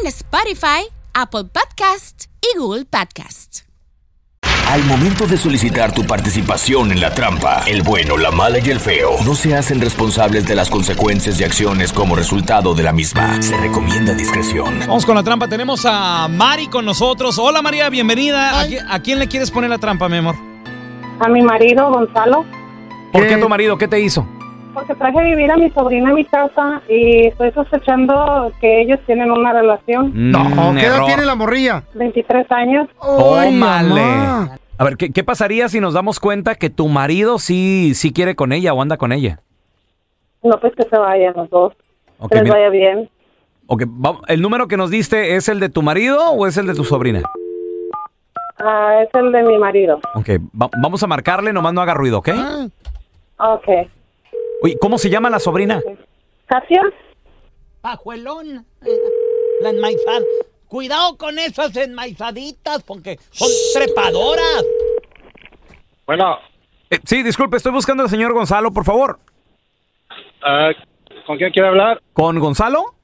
en Spotify, Apple Podcast y Google Podcast. Al momento de solicitar tu participación en la trampa, el bueno, la mala y el feo no se hacen responsables de las consecuencias y acciones como resultado de la misma. Se recomienda discreción. Vamos con la trampa. Tenemos a Mari con nosotros. Hola María, bienvenida. ¿A, qui- a quién le quieres poner la trampa, mi amor? A mi marido, Gonzalo, ¿Por qué tu marido? ¿Qué te hizo? porque traje a vivir a mi sobrina a mi casa y estoy sospechando que ellos tienen una relación. No, Mm, ¿qué edad error. tiene la morrilla? 23 años. Tómale. A ver, ¿qué, qué pasaría si nos damos cuenta que tu marido sí, sí quiere con ella o anda con ella? No, pues que se vayan los dos. Ok, que les mira. vaya bien. Ok, va- ¿El número que nos diste es el de tu marido o es el de tu sobrina? Ah, es el de mi marido. Ok, va- vamos a marcarle, nomás no haga ruido, ¿ok? Ah. Ok. Oye, ¿cómo se llama la sobrina? ¿Casia? Pajuelón. eh, La enmaizada. Cuidado con esas enmaizaditas porque son trepadoras. Bueno, Eh, sí, disculpe, estoy buscando al señor Gonzalo, por favor. ah, ¿con quién quiere hablar? ¿Con Gonzalo?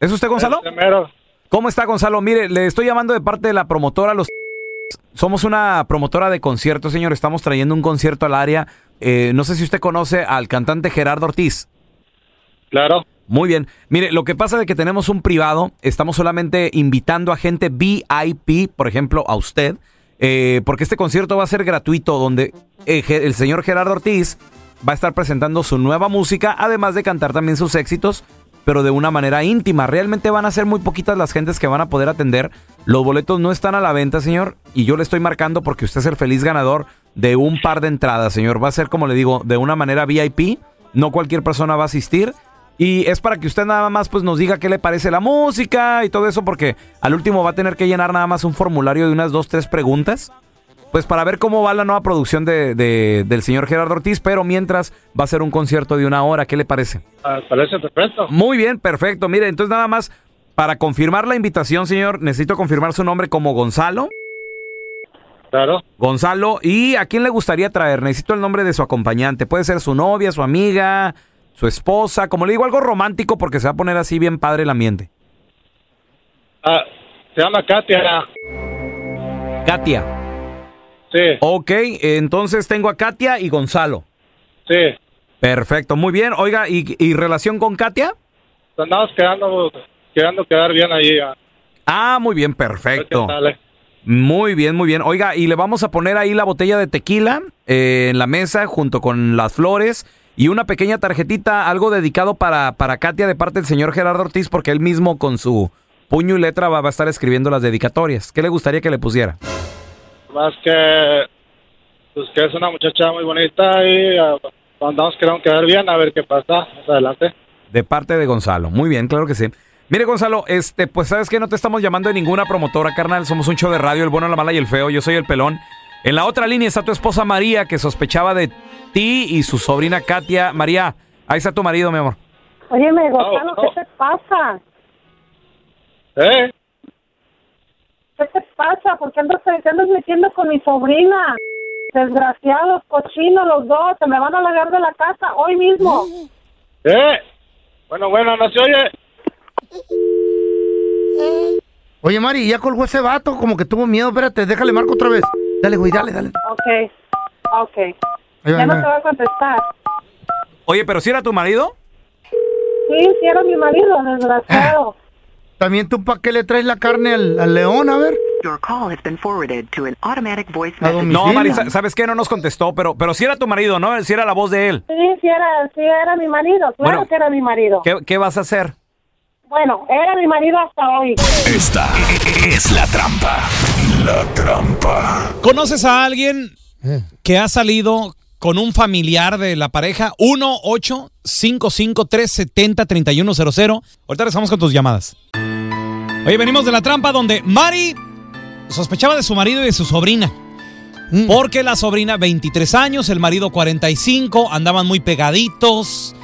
¿Es usted Gonzalo? Eh, Primero. ¿Cómo está Gonzalo? Mire, le estoy llamando de parte de la promotora Los Somos una promotora de conciertos, señor. Estamos trayendo un concierto al área. Eh, no sé si usted conoce al cantante Gerardo Ortiz. Claro. Muy bien. Mire, lo que pasa es que tenemos un privado. Estamos solamente invitando a gente VIP, por ejemplo, a usted. eh, porque este concierto va a ser gratuito, donde eh, Ge- el señor Gerardo Ortiz va a estar presentando su nueva música, además de cantar también sus éxitos, pero de una manera íntima. Realmente van a ser muy poquitas las gentes que van a poder atender. Los boletos no están a la venta, señor, y yo le estoy marcando porque usted es el feliz ganador de un par de entradas, señor. Va a ser, como le digo, de una manera VIP. No cualquier persona va a asistir. Y es para que usted nada más pues nos diga qué le parece la música y todo eso, porque al último va a tener que llenar nada más un formulario de unas dos, tres preguntas. Pues para ver cómo va la nueva producción de, de- del señor Gerardo Ortiz, pero mientras va a ser un concierto de una hora, ¿qué le parece? Ah, parece perfecto. Muy bien, perfecto. Mire, entonces nada más, para confirmar la invitación, señor, necesito confirmar su nombre como Gonzalo. Claro. Gonzalo, ¿y a quién le gustaría traer? Necesito el nombre de su acompañante. Puede ser su novia, su amiga, su esposa, como le digo, algo romántico porque se va a poner así bien padre el ambiente. Ah, se llama Katia. Katia. Sí, Ok, entonces tengo a Katia y Gonzalo. sí. Perfecto, muy bien. Oiga, ¿y, y relación con Katia? Andamos quedando, quedando quedar bien ahí. ah. Ah, muy bien, perfecto. ¿Qué tal? Muy bien, muy bien. Oiga, y le vamos a poner ahí la botella de tequila eh, en la mesa junto con las flores y una pequeña tarjetita, algo dedicado para, para Katia de parte del señor Gerardo Ortiz, porque él mismo con su puño y letra va, va a estar escribiendo las dedicatorias. ¿Qué le gustaría que le pusiera? Más que, pues que es una muchacha muy bonita y ah, andamos quedando quedar bien a ver qué pasa más adelante. De parte de Gonzalo. Muy bien, claro que sí. Mire, Gonzalo, este, pues sabes que no te estamos llamando de ninguna promotora, carnal. Somos un show de radio, el bueno, la mala y el feo. Yo soy el pelón. En la otra línea está tu esposa María, que sospechaba de ti y su sobrina Katia. María, ahí está tu marido, mi amor. Óyeme, Gonzalo, no. ¿qué te pasa? ¿Eh? ¿Qué te pasa? ¿Por qué andas, te andas metiendo con mi sobrina? Desgraciados, cochinos los dos, se me van a largar de la casa hoy mismo. Mm. ¿Eh? Bueno, bueno, no se oye. Oye, Mari, ya colgó ese vato, como que tuvo miedo. Espérate, déjale marco otra vez. Dale, güey, dale, dale. Ok, ok. Ahí va, Ya no ahí te va. va a contestar. Oye, pero si era tu marido. Sí, sí, era mi marido, desgraciado. También tú, ¿para qué le traes la carne al, al león? A ver. Your call has been forwarded to an automatic voice A message. No, domicilio. Marisa, ¿sabes qué? No nos contestó, pero, pero sí era tu marido, ¿no? Sí era la voz de él. Sí, sí era, sí era mi marido, claro Bueno. que era mi marido. ¿Qué, qué vas a hacer? Bueno, era mi marido hasta hoy. Esta es la trampa. La trampa. ¿Conoces a alguien que ha salido con un familiar de la pareja? 1 8 370 3100 Ahorita regresamos con tus llamadas. Oye, venimos de la trampa donde Mari sospechaba de su marido y de su sobrina. Porque la sobrina 23 años, el marido 45, andaban muy pegaditos.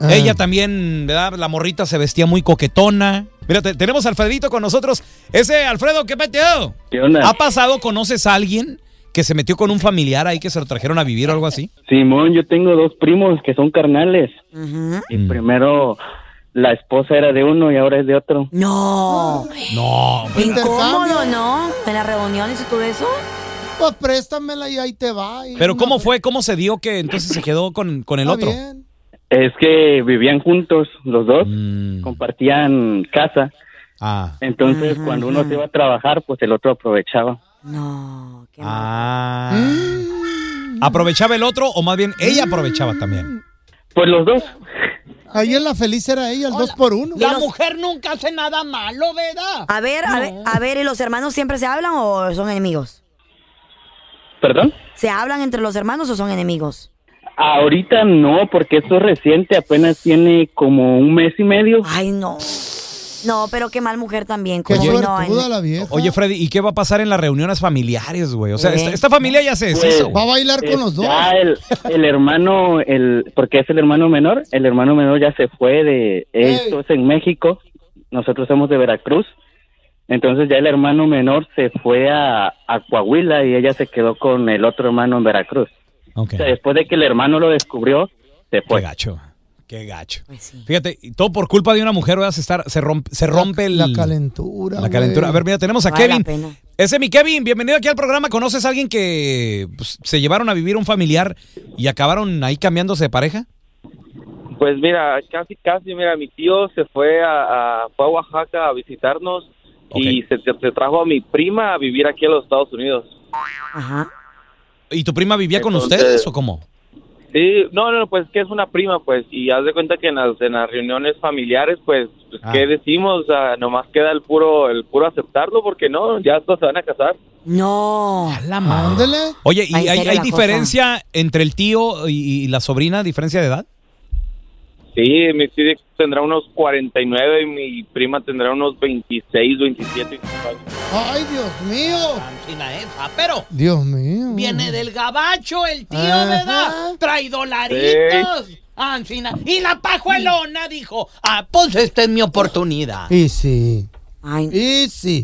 Ah. Ella también, ¿verdad? La morrita se vestía muy coquetona. Mira, te- tenemos a Alfredito con nosotros. Ese Alfredo, ¿qué pateado? ¿Qué onda? ¿Ha pasado, conoces a alguien que se metió con un familiar ahí que se lo trajeron a vivir o algo así? Simón, yo tengo dos primos que son carnales. Y Mm. primero la esposa era de uno y ahora es de otro. No. Oh, Mm. No. Incómodo, ¿no? En las reuniones y todo eso. Pues préstamela y ahí te va. y- Pero ¿cómo fue? ¿Cómo se dio que entonces se quedó con, con el Está otro? bien. Es que vivían juntos los dos, Mm. compartían casa. Ah. Entonces, cuando uno se iba a trabajar, pues el otro aprovechaba. Ah. ¿Aprovechaba el otro o más bien ella aprovechaba también? Pues los dos. Ahí en la feliz era ella, el dos por uno. La mujer nunca hace nada malo, ¿verdad? A ver, a ver, a ver, ¿y los hermanos siempre se hablan o son enemigos? ¿Perdón? ¿Se hablan entre los hermanos o son enemigos? Ahorita no, porque esto es reciente, apenas tiene como un mes y medio. Ay, no. No, pero qué mal mujer también. como no, en- Oye, Freddy, ¿y qué va a pasar en las reuniones familiares, güey? O sea, Eh. esta, esta familia ya se pues, deshizo. Va a bailar con los dos. Ya el, el hermano, el porque es el hermano menor, el hermano menor ya se fue de esto es en México. Nosotros somos de Veracruz. Entonces ya el hermano menor se fue a, a Coahuila y ella se quedó con el otro hermano en Veracruz. Ok. O sea, después de que el hermano lo descubrió, se fue. Qué gacho, qué gacho. Fíjate, y todo por culpa de una mujer, ¿verdad? Se, está- se rompe, se rompe el- Pues La calentura. la calentura. A ver, mira, tenemos a Vale la Kevin. pena. Ese es mi Kevin, bienvenido aquí al programa. ¿Conoces a alguien que pues, se llevaron a vivir un familiar y acabaron ahí cambiándose de pareja? Pues mira, casi, casi, mira, mi tío se fue a, a- fue a Oaxaca a visitarnos y se, se trajo a mi prima a vivir aquí a los Estados Unidos. Ajá. ¿Y tu prima vivía con Entonces- ustedes o cómo? Sí, no, no, pues que es una prima, pues, y haz de cuenta que en las, en las reuniones familiares, pues, pues, ¿qué decimos? O sea, nomás queda el puro, el puro aceptarlo, porque no, ya todos se van a casar. No. la Oye, ¿y Va en hay, serio hay la cosa. diferencia entre el tío y, y la sobrina, diferencia de edad? Sí, mi tío tendrá unos 49 y mi prima tendrá unos 26, 27. Ay, Dios mío. esa, pero Dios mío. viene del gabacho el tío, Ajá. ¿verdad? Trae dolaritos. Ancina. Y la pajuelona dijo, ah, pues esta es mi oportunidad. Y sí. Ay. Y sí.